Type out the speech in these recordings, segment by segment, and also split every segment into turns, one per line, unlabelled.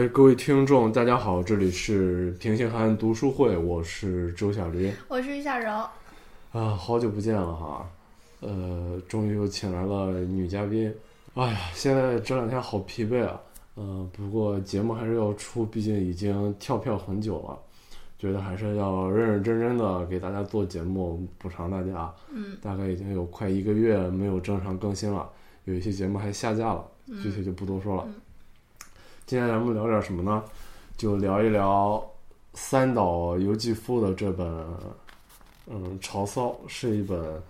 哎各位听众，大家好，这里是平行汉读书会，我是周小驴
我是于小柔，
啊，好久不见了哈，呃，终于又请来了女嘉宾，哎呀，现在这两天好疲惫啊，嗯、不过节目还是要出，毕竟已经跳票很久了，觉得还是要认认真真的给大家做节目，补偿大家。
嗯
大概已经有快一个月没有正常更新了，有一些节目还下架了，具体就不多说了。
嗯
今天咱们聊点什么呢？就聊一聊三岛由纪夫的这本，嗯，《潮骚》是一本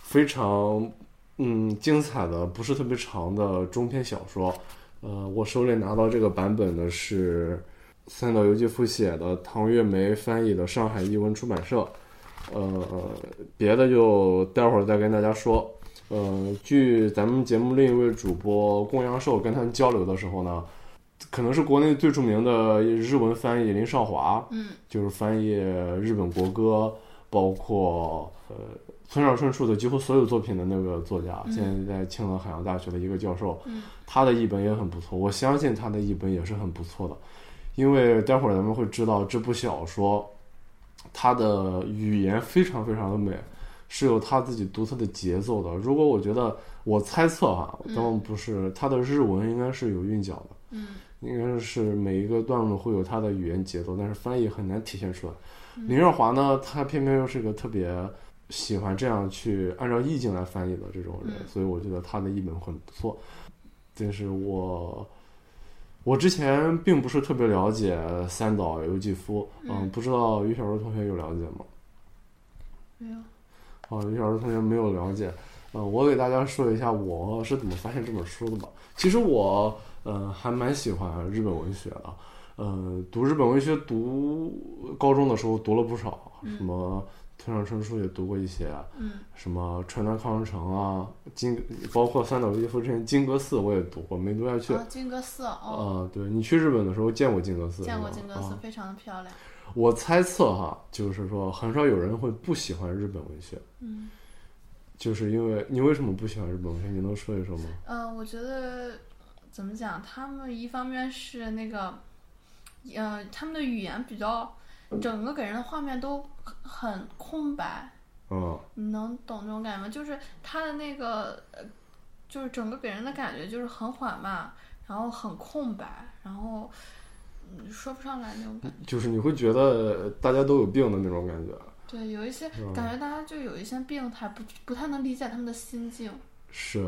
非常嗯精彩的，不是特别长的中篇小说。呃，我手里拿到这个版本的是三岛由纪夫写的，唐月梅翻译的，上海译文出版社。呃，别的就待会儿再跟大家说。呃，据咱们节目另一位主播供阳寿跟他们交流的时候呢，可能是国内最著名的日文翻译林少华，
嗯
就是翻译日本国歌，包括呃村上春树的几乎所有作品的那个作家，
嗯
现在在庆德海洋大学的一个教授，
嗯
他的译本也很不错，我相信他的译本也是很不错的，因为待会儿咱们会知道这部小说，它的语言非常非常的美，是有他自己独特的节奏的。如果我觉得我猜测啊哈，
嗯
当然不是，他的日文应该是有韵脚的。
嗯
应该是每一个段落会有它的语言节奏，但是翻译很难体现出来。
嗯
林少华呢，他偏偏又是个特别喜欢这样去按照意境来翻译的这种人，
嗯
所以我觉得他的译本很不错。但是我我之前并不是特别了解三岛由纪夫，
嗯
不知道于小柔同学有了解吗？
没有，
啊，于小柔同学没有了解，呃，我给大家说一下我是怎么发现这本书的吧。其实我呃还蛮喜欢日本文学的，呃，读日本文学读高中的时候读了不少，
嗯
什么村上春树也读过一些，
嗯
什么川端康成啊，金包括三岛由纪夫之前金阁寺我也读过，没读下去。
啊，金阁寺哦，
啊，对你去日本的时候见过金阁寺是吗？
见过金阁寺，
啊
非常的漂亮。
我猜测哈，就是说很少有人会不喜欢日本文学。
嗯，
就是因为你为什么不喜欢日本文学？你能说一说吗？
呃，我觉得怎么讲，他们一方面是那个，呃，他们的语言比较，整个给人的画面都很很空白，
嗯
你能懂这种感觉吗？就是他的那个，呃就是整个给人的感觉就是很缓慢，然后很空白，然后。嗯，说不上来那种感觉。
就是你会觉得大家都有病的那种感觉，
对，有一些
嗯
感觉，大家就有一些病态，不不太能理解他们的心境，
是，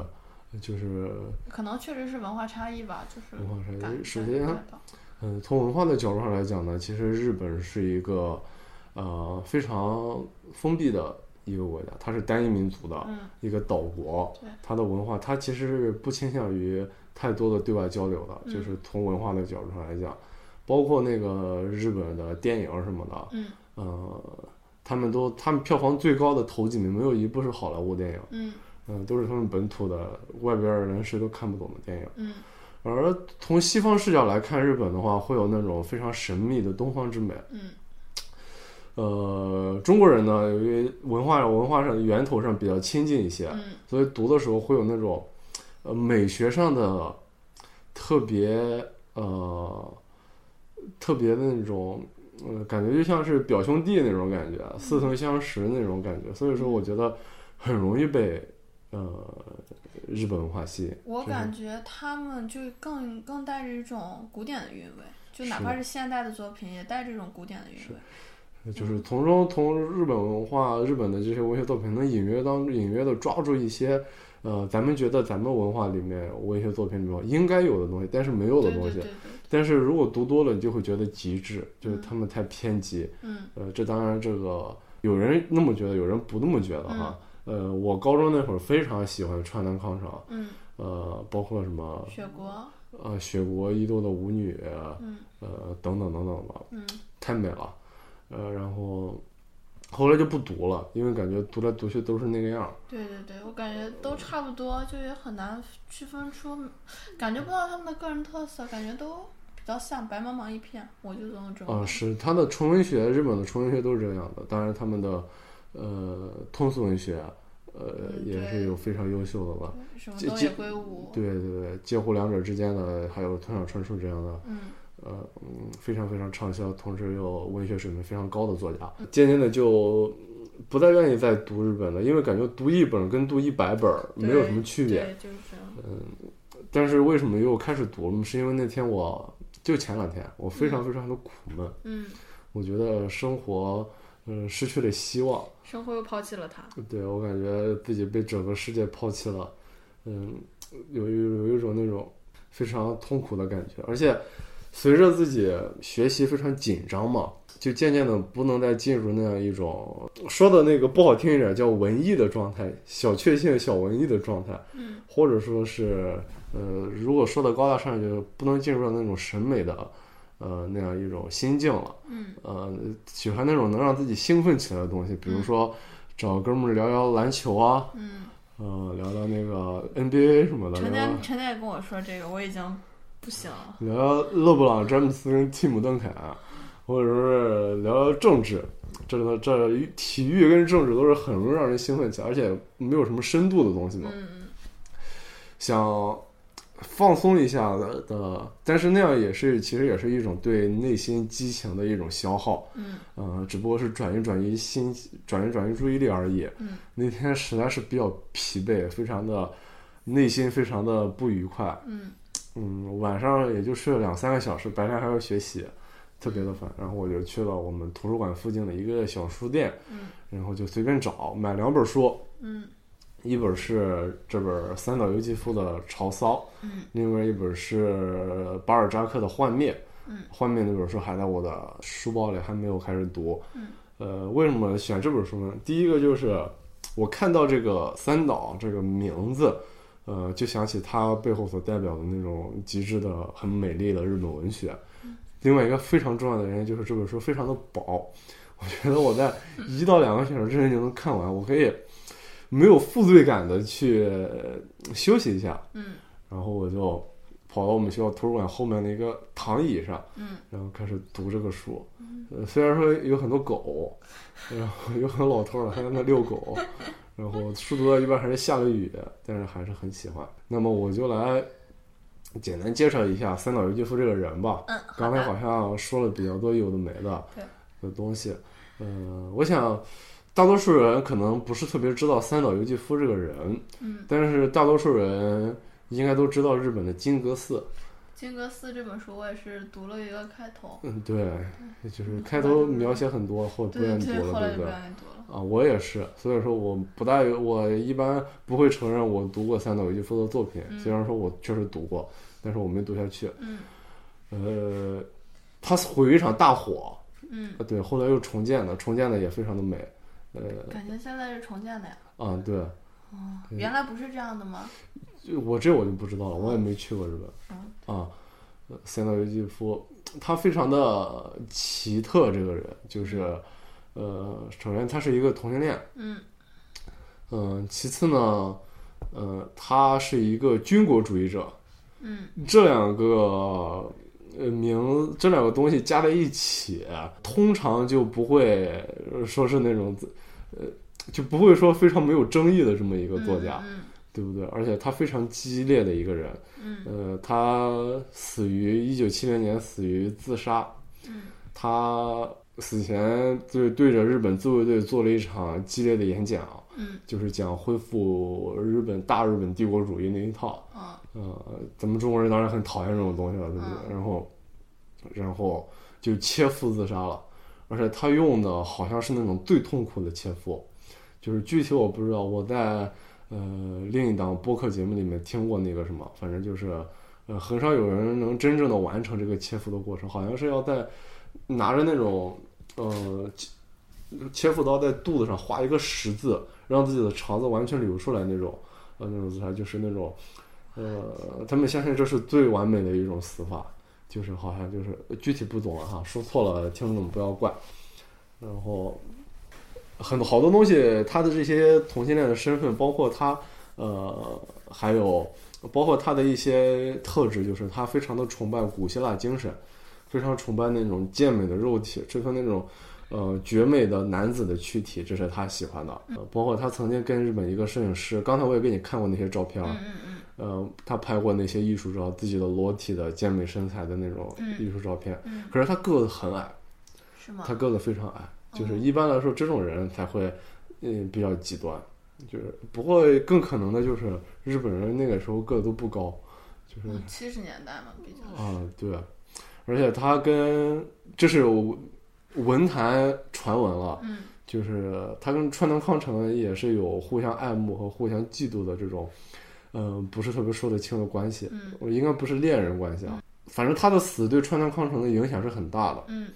就是
可能确实是文化差异吧，就是
文化差异
感觉
首先
感觉到
嗯，从文化的角度上来讲呢，其实日本是一个呃非常封闭的一个国家，它是单一民族的
嗯
一个岛国
对，
它的文化它其实是不倾向于太多的对外交流的，
嗯
就是从文化的角度上来讲，包括那个日本的电影什么的，
嗯
呃，他们都他们票房最高的头几名没有一部是好莱坞电影，
嗯
嗯、都是他们本土的外边儿人谁都看不懂的电影。
嗯
而从西方视角来看日本的话，会有那种非常神秘的东方之美。
嗯
呃，中国人呢，由于文化文化上源头上比较亲近一些，
嗯
所以读的时候会有那种呃美学上的特别呃特别的那种呃感觉，就像是表兄弟那种感觉，似曾相识那种感觉。所以说，我觉得很容易被呃日本文化吸引。
我
就是
感觉他们就更更带着一种古典的韵味，就哪
是
怕是现代的作品，也带着一种古典的韵
是
味。
就是从中从日本文化、日本的这些文学作品，能隐约当隐约的抓住一些，呃，咱们觉得咱们文化里面文学作品里面应该有的东西，但是没有的
对
东
对
西
对。对，
但是如果读多了，你就会觉得极致，就是
嗯
他们太偏激。
嗯
呃，这当然这个有人那么觉得，有人不那么觉得哈。呃，我高中那会儿非常喜欢川南康成，
嗯，
呃，包括什么
雪国，
呃雪国伊豆的舞女，
嗯
呃等等等等吧。
嗯
太美了，呃，然后后来就不读了，因为感觉读来读去都是那个样儿。
对对对，我感觉都差不多，就也很难区分出，感觉不到他们的个人特色，感觉都比较像白茫茫一片，我就总有这种
啊、
感觉。
是他的纯文学，日本的纯文学都是这样的，当然他们的呃通俗文学，呃、
嗯
也是
对
有非常优秀的了。
什么
这
东
这
野圭吾，
对对对，介乎两者之间的还有村上春树这样的
嗯
呃，嗯，非常非常畅销，同时又文学水平非常高的作
嗯
家，渐渐的就不再愿意再读日本了，因为感觉读一本跟读一百本没有什么区别。
对，就是这样。
但是为什么又开始读了？是因为那天我就前两天，我非常非常的苦闷，
嗯，
我觉得生活，嗯、失去了希望。
生活又抛弃了他。
对我感觉自己被整个世界抛弃了，嗯，有一有一种那种非常痛苦的感觉，而且随着自己学习非常紧张嘛，就渐渐的不能再进入那样一种说的那个不好听一点叫文艺的状态，小确幸、小文艺的状态，
嗯
或者说是呃，如果说的高大上一点，就不能进入到那种审美的呃那样一种心境了。
嗯
呃，喜欢那种能让自己兴奋起来的东西，比如
嗯
说找哥们儿聊聊篮球啊，
嗯。
呃，聊聊那个 NBA 什么的，
陈
聊聊
丹，陈丹也跟我说这个，我已经不行了。
聊聊勒布朗、詹姆斯跟蒂姆·邓肯，啊或者说是聊聊政治，这个这体育跟政治都是很容易让人兴奋起来，而且没有什么深度的东西嘛。
嗯
想放松一下的的，但是那样也是其实也是一种对内心激情的一种消耗。
嗯
呃，只不过是转移转移心，转移转移注意力而已。
嗯
那天实在是比较疲惫，非常的内心非常的不愉快。
嗯
嗯，晚上也就睡了两三个小时，白天还要学习，特别的烦。然后我就去了我们图书馆附近的一个小书店，
嗯
然后就随便找买两本书，
嗯
一本是这本三岛由纪夫的《潮骚》，
嗯
另外一本是巴尔扎克的《幻灭》，
嗯
幻灭》那本书还在我的书包里，还没有开始读。
嗯
呃，为什么选这本书呢？第一个就是我看到这个三岛这个名字，呃，就想起它背后所代表的那种极致的、很美丽的日本文学。另外一个非常重要的原因就是这本书非常的薄，我觉得我在一到两个小时之内就能看完，我可以没有负罪感的去呃休息一下。
嗯
然后我就跑到我们学校图书馆后面的一个躺椅上，
嗯
然后开始读这个书
嗯。
呃，虽然说有很多狗，然后有很多老头儿还在那遛狗，然后书读到一半还是下了雨，但是还是很喜欢。那么我就来简单介绍一下三岛由纪夫这个人吧。
嗯，好
刚才
的。
好像说了比较多有的没的
对
的东西，嗯，我想大多数人可能不是特别知道三岛由纪夫这个人，
嗯，
但是大多数人应该都知道日本的金阁寺。
金阁寺这本书我也是读了一个开头，
嗯，对，就是开头描写很多，后来不
嗯对
愿
对
读
对，后
了，
来
对不
就不
对？
愿意读了。
啊，我也是，所以说我不大，我一般不会承认我读过三岛由纪夫的作品，
嗯
虽然说我确实读过，但是我没读下去。
嗯
呃，他毁于一场大火，
嗯，
啊对，后来又重建的，重建的也非常的美。呃，
感觉现在是重建的呀。
啊，对，
哦，
嗯
原来不是这样的吗？
就我这我就不知道了，我也没去过日本。
嗯
啊，呃三岛由纪夫，他非常的奇特，这个人就是，呃，首先他是一个同性恋，
嗯
嗯、其次呢，呃，他是一个军国主义者，
嗯
这两个呃名，这两个东西加在一起，通常就不会说是那种，呃，就不会说非常没有争议的这么一个作家，
嗯
对不对？而且他非常激烈的一个人，
嗯嗯
呃，他死于一九七零年，死于自杀。
嗯
他死前对对着日本自卫队做了一场激烈的演讲，
嗯
就是讲恢复日本大日本帝国主义那一套。
哦
呃，咱们中国人当然很讨厌这种东西了，对不对？
嗯
然后，然后就切腹自杀了，而且他用的好像是那种最痛苦的切腹，就是具体我不知道，我在呃另一档播客节目里面听过那个什么，反正就是呃很少有人能真正的完成这个切腹的过程，好像是要在拿着那种呃切切腹刀在肚子上划一个十字，让自己的肠子完全流出来那种，呃那种自杀就是那种。呃，他们相信这是最完美的一种死法，就是好像就是具体不懂了哈，说错了听众不要怪。然后很多好多东西，他的这些同性恋的身份，包括他呃，还有包括他的一些特质，就是他非常的崇拜古希腊精神，非常崇拜那种健美的肉体，追求那种。呃，绝美的男子的躯体，这是他喜欢的。呃包括他曾经跟日本一个摄影师，刚才我也给你看过那些照片儿，
嗯嗯嗯
呃，他拍过那些艺术照，自己的裸体的健美身材的那种
嗯
艺术照片。
嗯，
可是他个子很矮，
是吗
他？个子非常矮，就是一般来说这种人才会，嗯，比较极端。就是不过更可能的就是日本人那个时候个子都不高，就是
嗯，七十年代嘛，毕竟是。
啊，对，而且他跟这是有文坛传闻了，
嗯
就是他跟川端康成也是有互相爱慕和互相嫉妒的这种，嗯、不是特别说得清的关系，
嗯
我应该不是恋人关系啊。反正他的死对川端康成的影响是很大的。
嗯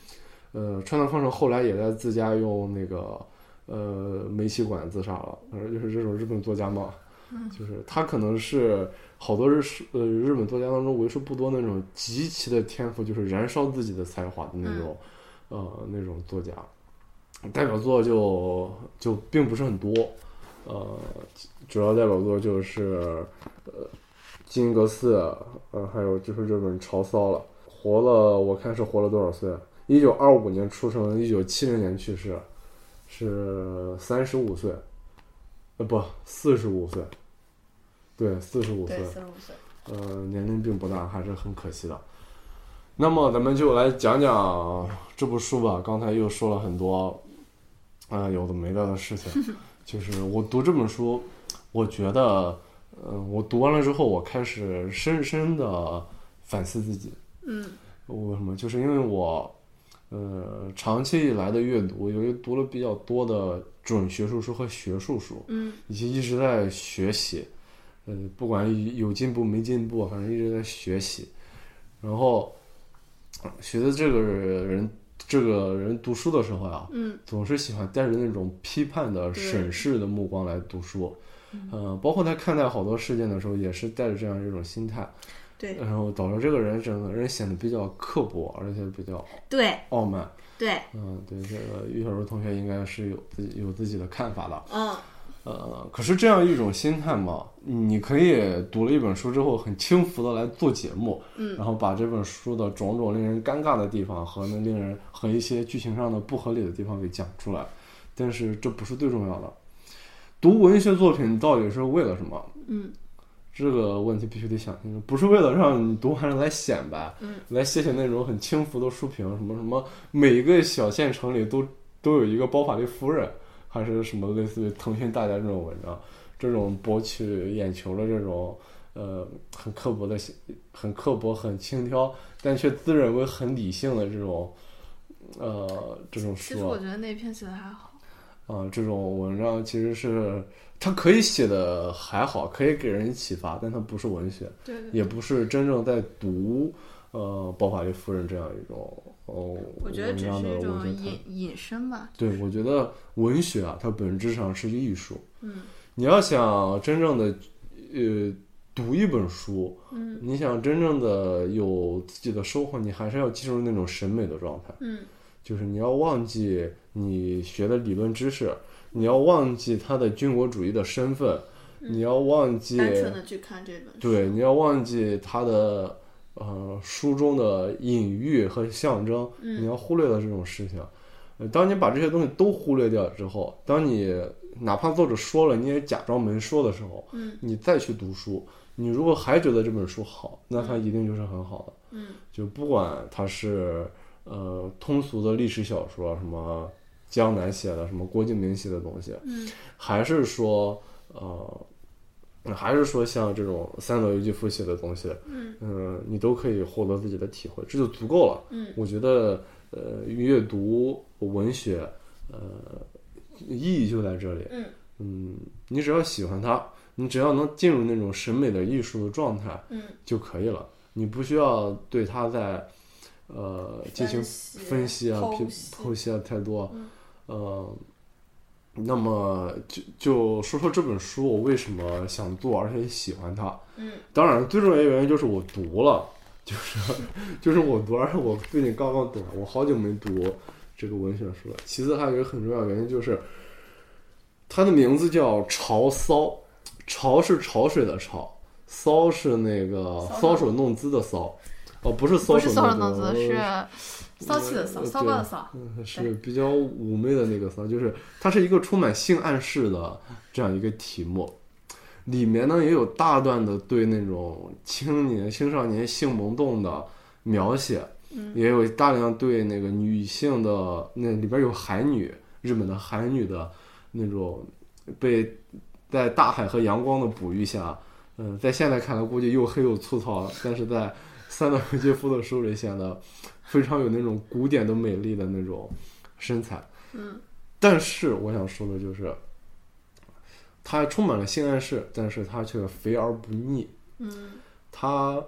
呃，川端康成后来也在自家用那个呃煤气管自杀了，反正就是这种日本作家嘛，
嗯
就是他可能是好多日式呃日本作家当中为数不多那种极其的天赋，就是燃烧自己的才华的那种、呃那种作家，代表作就就并不是很多，呃，主要代表作就是呃金阁寺，呃还有就是日本潮骚了，活了我看是活了多少岁啊？一九二五年出生，一九七零年去世，是三十五岁，呃不，四十五岁，对，四十五岁
对，，四十五岁。
呃，年龄并不大，还是很可惜的。那么咱们就来讲讲这部书吧。刚才又说了很多，呃，有的没的的事情。就是我读这本书，我觉得，呃，我读完了之后，我开始深深的反思自己。
嗯
为什么？就是因为我，呃，长期以来的阅读，由于读了比较多的准学术书和学术书，
嗯
以及一直在学习，呃，不管有进步没进步，反正一直在学习。然后呃学的这个人，这个人读书的时候啊，
嗯
总是喜欢带着那种批判的、
对
审视的目光来读书。呃，包括他看待好多事件的时候，也是带着这样一种心态，
对
然后导致这个人整个人显得比较刻薄，而且比较
对
傲慢。
对，
嗯，对，这个于小茹同学应该是有自己有自己的看法的。
嗯，
呃，可是这样一种心态嘛，你可以读了一本书之后，很轻浮的来做节目，
嗯
然后把这本书的种种令人尴尬的地方和那令人和一些剧情上的不合理的地方给讲出来，但是这不是最重要的。读文学作品到底是为了什么？
嗯
这个问题必须得想清楚，不是为了让你读完了来显摆，
嗯
来写写那种很轻浮的书评，什么什么，每一个小县城里都都有一个包法利夫人，还是什么类似于腾讯大家这种文章，这种博取眼球的这种，呃，很刻薄的、很刻薄、很轻佻，但却自认为很理性的这种，呃，这种
其实
书啊
我，觉得那篇写的还好。
啊、这种文章其实是它可以写的还好，可以给人启发，但它不是文学。
对对。
也不是真正在读呃《包法利夫人》这样一种哦，
我觉得只
文章
是一
的
种
文学探
引引申吧。
对，我觉得文学啊，它本质上是艺术。
嗯
你要想真正的呃读一本书，
嗯
你想真正的有自己的收获，你还是要进入那种审美的状态。
嗯
就是你要忘记你学的理论知识，你要忘记他的军国主义的身份，你要忘记
单纯的去看这本书，
对，你要忘记它的呃书中的隐喻和象征，你要忽略了这种事情。呃当你把这些东西都忽略掉之后，当你哪怕作者说了，你也假装没说的时候，
嗯
你再去读书，你如果还觉得这本书好，那它一定就是很好的。
嗯
就不管它是呃通俗的历史小说，啊什么江南写的，什么郭敬明写的东西，
嗯
还是说呃，还是说像这种三岛由纪夫写的东西，
嗯
嗯、你都可以获得自己的体会，这就足够了。
嗯
我觉得，呃，阅读文学，呃，意义就在这里。
嗯
嗯，你只要喜欢它，你只要能进入那种审美的艺术的状态
嗯，
就可以了。你不需要对它在呃进行分析啊、
剖
批
析
剖析啊太多，
嗯
呃，那么就就说说这本书我为什么想做，而且喜欢它。
嗯
当然，最重要的原因就是我读了，就是就是我读，而且我最近刚刚读完，我好久没读这个文学书了。其次，还有一个很重要的原因就是，它的名字叫《潮骚》，潮是潮水的潮，骚是那个搔
搔
首弄姿的搔，哦，不是搔
不是
首
搔首弄
姿，
姿，是骚气的骚，
呃
骚包的骚。
嗯，是比较啊妩媚的那个骚，就是它是一个充满性暗示的这样一个题目。里面呢也有大段的对那种青年、青少年性萌动的描写，
嗯
也有大量对那个女性的，那里边有海女，日本的海女的那种被在大海和阳光的哺育下，嗯，在现在看来估计又黑又粗糙，但是在三岛由纪夫的书里显得非常有那种古典的美丽的那种身材。
嗯
但是我想说的就是，它充满了性暗示，但是它却肥而不腻。
嗯
它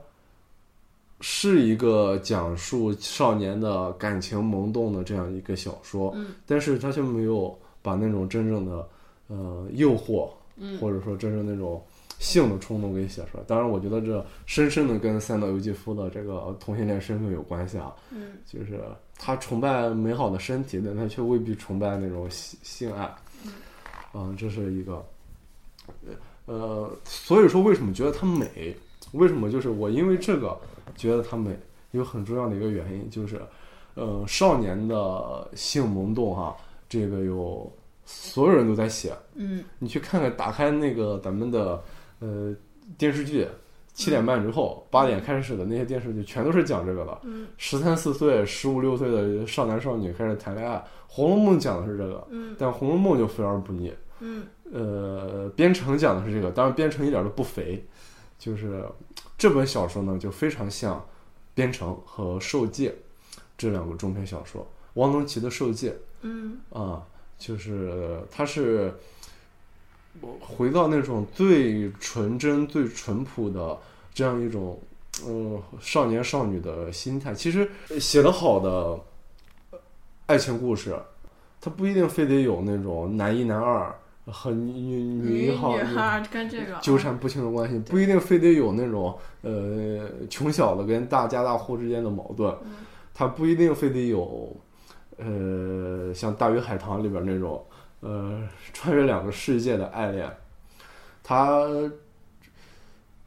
是一个讲述少年的感情萌动的这样一个小说，
嗯
但是它却没有把那种真正的呃诱惑，
嗯
或者说真正那种性的冲动给写出来。当然，我觉得这深深的跟三岛由纪夫的这个同性恋身份有关系啊，
嗯
就是他崇拜美好的身体，但他却未必崇拜那种性性爱。
嗯
嗯，这是一个，呃，所以说为什么觉得它美？为什么就是我因为这个觉得它美？有很重要的一个原因就是，呃，少年的性萌动哈、这个有所有人都在写。
嗯
你去看看，打开那个咱们的呃电视剧，七点半之后八点开始的那些电视剧，全都是讲这个的。
嗯
十三四岁、十五六岁的少男少女开始谈恋爱，《红楼梦》讲的是这个，
嗯
但《红楼梦》就肥而不腻。
嗯
呃，编程讲的是这个，当然编程一点都不肥，就是这本小说呢就非常像编程和受戒这两个中篇小说。汪曾祺的《受戒》
嗯
啊，就是它是回到那种最纯真、最淳朴的这样一种，嗯，少年少女的心态。其实呃写得好的爱情故事，它不一定非得有那种男一、男二和女女女
女
一号、
女孩跟这个
纠缠不清的关系，不一定非得有那种呃穷小子跟大家大户之间的矛盾，
嗯
它不一定非得有呃像《大鱼海棠》里边那种呃穿越两个世界的爱恋，它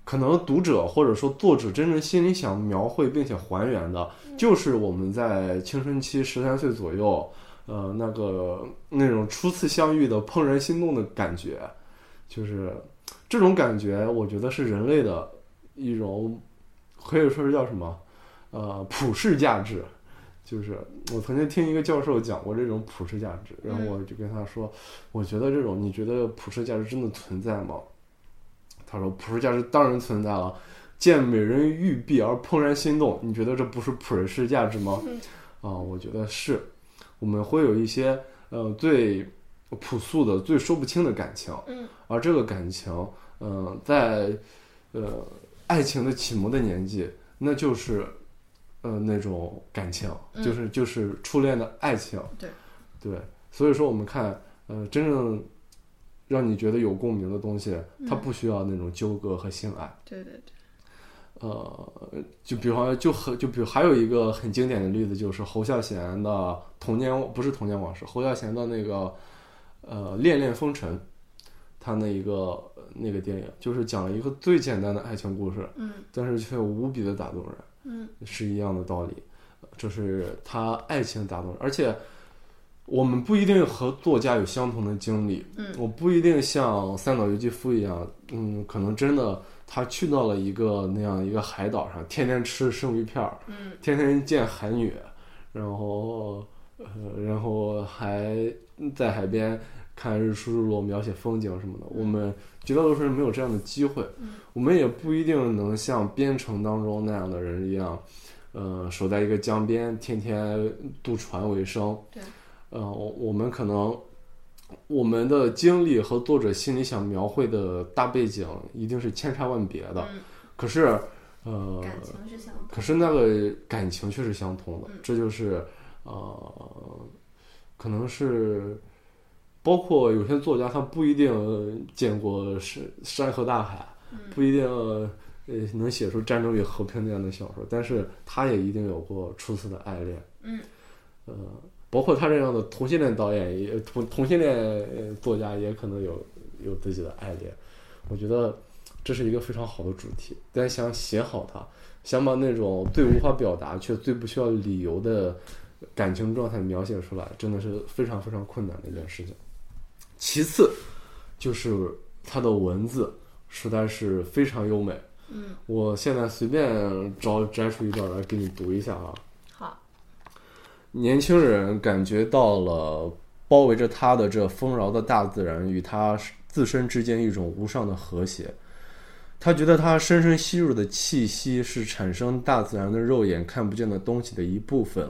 可能读者或者说作者真正心里想描绘并且还原的，就是我们在青春期十三岁左右。呃，那个那种初次相遇的怦然心动的感觉，就是这种感觉，我觉得是人类的一种，可以说是叫什么？呃，普世价值。就是我曾经听一个教授讲过这种普世价值，然后
嗯
我就跟他说，我觉得这种你觉得普世价值真的存在吗？他说普世价值当然存在了，见美人玉臂而怦然心动，你觉得这不是普世价值吗？
嗯
啊，我觉得是，我们会有一些呃最朴素的、最说不清的感情，
嗯
而这个感情，嗯、在呃爱情的启蒙的年纪，那就是呃那种感情，
嗯
就是就是初恋的爱情。
对
对，所以说我们看，呃，真正让你觉得有共鸣的东西，它
嗯
不需要那种纠葛和性爱。
对对对
呃，就比方就很就比如还有一个很经典的例子，就是侯孝贤的《童年》，不是《童年往事》，侯孝贤的那个呃《恋恋风尘》，他那一个呃那个电影，就是讲了一个最简单的爱情故事，
嗯
但是却无比的打动人。
嗯
是一样的道理，这是他爱情打动人，而且我们不一定和作家有相同的经历，
嗯
我不一定像三岛由纪夫一样，嗯，可能真的他去到了一个那样一个海岛上，天天吃生鱼片儿，
嗯
天天见海女，然后呃，然后还在海边看日出日落，描写风景什么的。我们绝大多数人没有这样的机会，
嗯
我们也不一定能像编程当中那样的人一样，呃，守在一个江边，天天渡船为生。
对，
呃，我我们可能。我们的经历和作者心里想描绘的大背景一定是千差万别的，
嗯
可是，呃，
感情是相同
可是那个感情却是相通的，
嗯
这就是呃，可能是包括有些作家他不一定见过山山河大海，
嗯
不一定呃能写出《战争与和平》那样的小说，但是他也一定有过初次的爱恋。
嗯
呃，包括他这样的同性恋导演也同同性恋呃作家也可能有有自己的爱恋，我觉得这是一个非常好的主题。但想写好它，想把那种最无法表达却最不需要理由的感情状态描写出来，真的是非常非常困难的一件事情。其次就是它的文字，实在是非常优美。
嗯，
我现在随便找摘出一段来给你读一下啊。
好，
年轻人感觉到了包围着他的这丰饶的大自然与他自身之间一种无上的和谐。他觉得他深深吸入的气息是产生大自然的肉眼看不见的东西的一部分，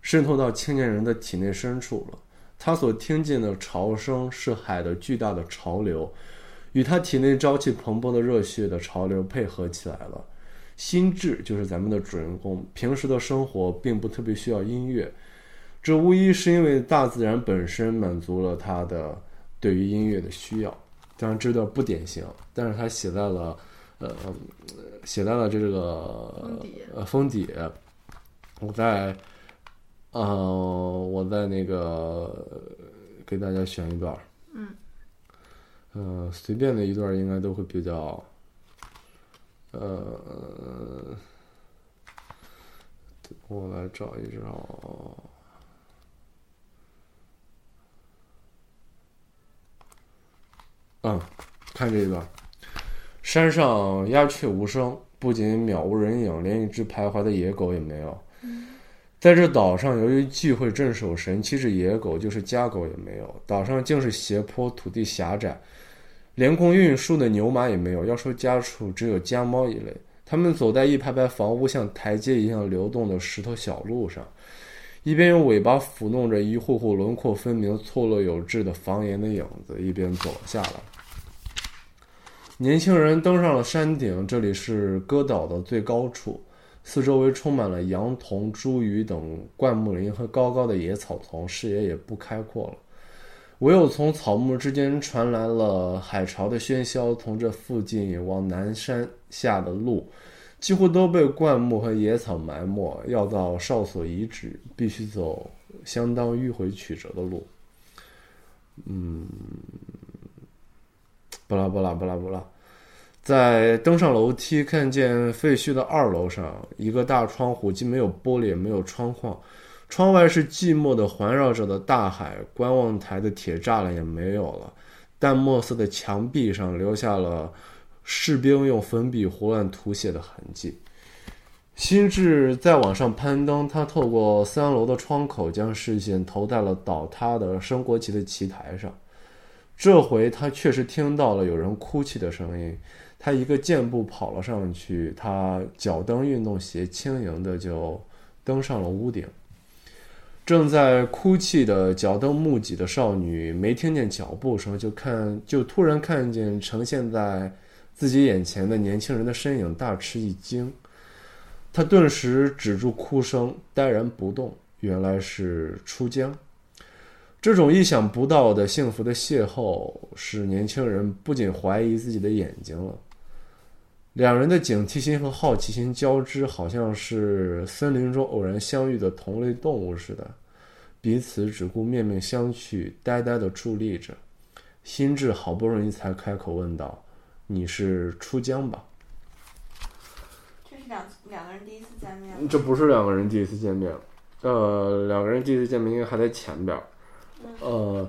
渗透到青年人的体内深处了。他所听见的潮声是海的巨大的潮流，与他体内朝气蓬勃的热血的潮流配合起来了。心智就是咱们的主人公，平时的生活并不特别需要音乐，这无疑是因为大自然本身满足了他的对于音乐的需要。当然，这段不典型，但是他写在了，呃，写在了这
封
个
底
呃封底。我在，呃，我在那个给大家选一段，
嗯，
呃，随便的一段应该都会比较，呃，我来找一找。嗯，看这一段，山上鸦雀无声，不仅渺无人影，连一只徘徊的野狗也没有。在这岛上，由于忌讳镇守神，七只野狗就是家狗也没有。岛上竟是斜坡，土地狭窄，连供运输的牛马也没有。要说家畜，只有家猫一类。它们走在一排排房屋像台阶一样流动的石头小路上，一边用尾巴抚弄着一户户轮廓分明、错落有致的房檐的影子，一边走下来。年轻人登上了山顶，这里是戈岛的最高处。四周围充满了杨桐、茱萸等灌木林和高高的野草丛，视野也不开阔了。唯有从草木之间传来了海潮的喧嚣，从这附近往南山下的路，几乎都被灌木和野草埋没。要到哨所遗址，必须走相当迂回曲折的路。嗯，巴拉巴拉巴拉巴拉。在登上楼梯，看见废墟的二楼上一个大窗户，既没有玻璃，也没有窗框，窗外是寂寞的环绕着的大海，观望台的铁栅栏也没有了，淡墨色的墙壁上留下了士兵用粉笔胡乱涂写的痕迹。心智再往上攀登，他透过三楼的窗口，将视线投在了倒塌的升国旗的旗台上。这回他确实听到了有人哭泣的声音，他一个箭步跑了上去，他脚蹬运动鞋轻盈的就登上了屋顶。正在哭泣的脚蹬木屐的少女没听见脚步声，就看就突然看见呈现在自己眼前的年轻人的身影，大吃一惊。她顿时止住哭声，呆然不动。原来是出江。这种意想不到的幸福的邂逅，使年轻人不仅怀疑自己的眼睛了。两人的警惕心和好奇心交织，好像是森林中偶然相遇的同类动物似的，彼此只顾面面相觑，呆呆地伫立着。心智好不容易才开口问道：“你是出江吧
这是两两个人第一次见面？”
这不是两个人第一次见面，呃，两个人第一次见面应该还在前边。呃，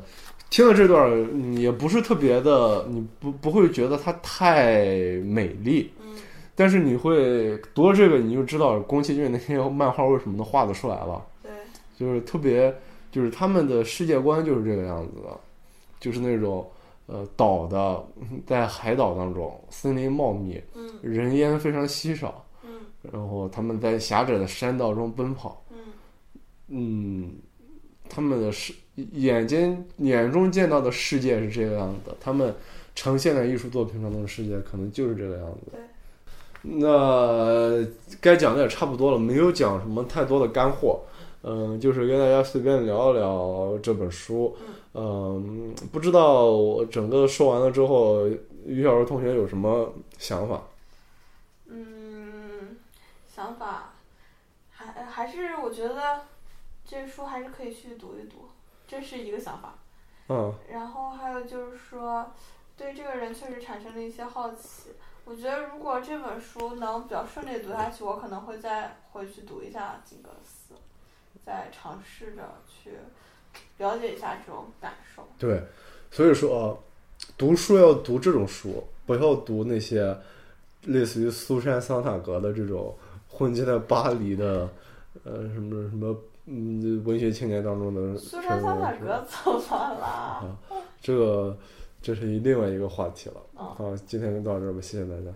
听了这段儿嗯也不是特别的，你不不会觉得它太美丽，
嗯
但是你会读了这个，你就知道宫崎骏那些漫画为什么能画得出来了，
对，
就是特别，就是他们的世界观就是这个样子的，就是那种呃岛的，在海岛当中，森林茂密，
嗯
人烟非常稀少，
嗯
然后他们在狭窄的山道中奔跑。
嗯
嗯，他们的世眼睛眼中见到的世界是这个样子的，他们呈现在艺术作品上的世界可能就是这个样子。
对，
那该讲的也差不多了，没有讲什么太多的干货。嗯，就是跟大家随便聊一聊这本书。嗯，不知道我整个说完了之后，于小柔同学有什么想法？
嗯，想法还还是我觉得这书还是可以去读一读，这是一个想法。
嗯
然后还有就是说，对这个人确实产生了一些好奇。我觉得如果这本书能比较顺利地读下去，我可能会再回去读一下金格斯，再尝试着去了解一下这种感受。
对，所以说啊，读书要读这种书，不要读那些类似于苏珊·桑塔格的这种混迹在巴黎的，呃，什么什么，嗯，文学青年当中的。
苏珊·桑塔格怎么
啊
啦？
这个这是一另外一个话题了。
嗯
好，今天就到这儿吧，谢谢大家。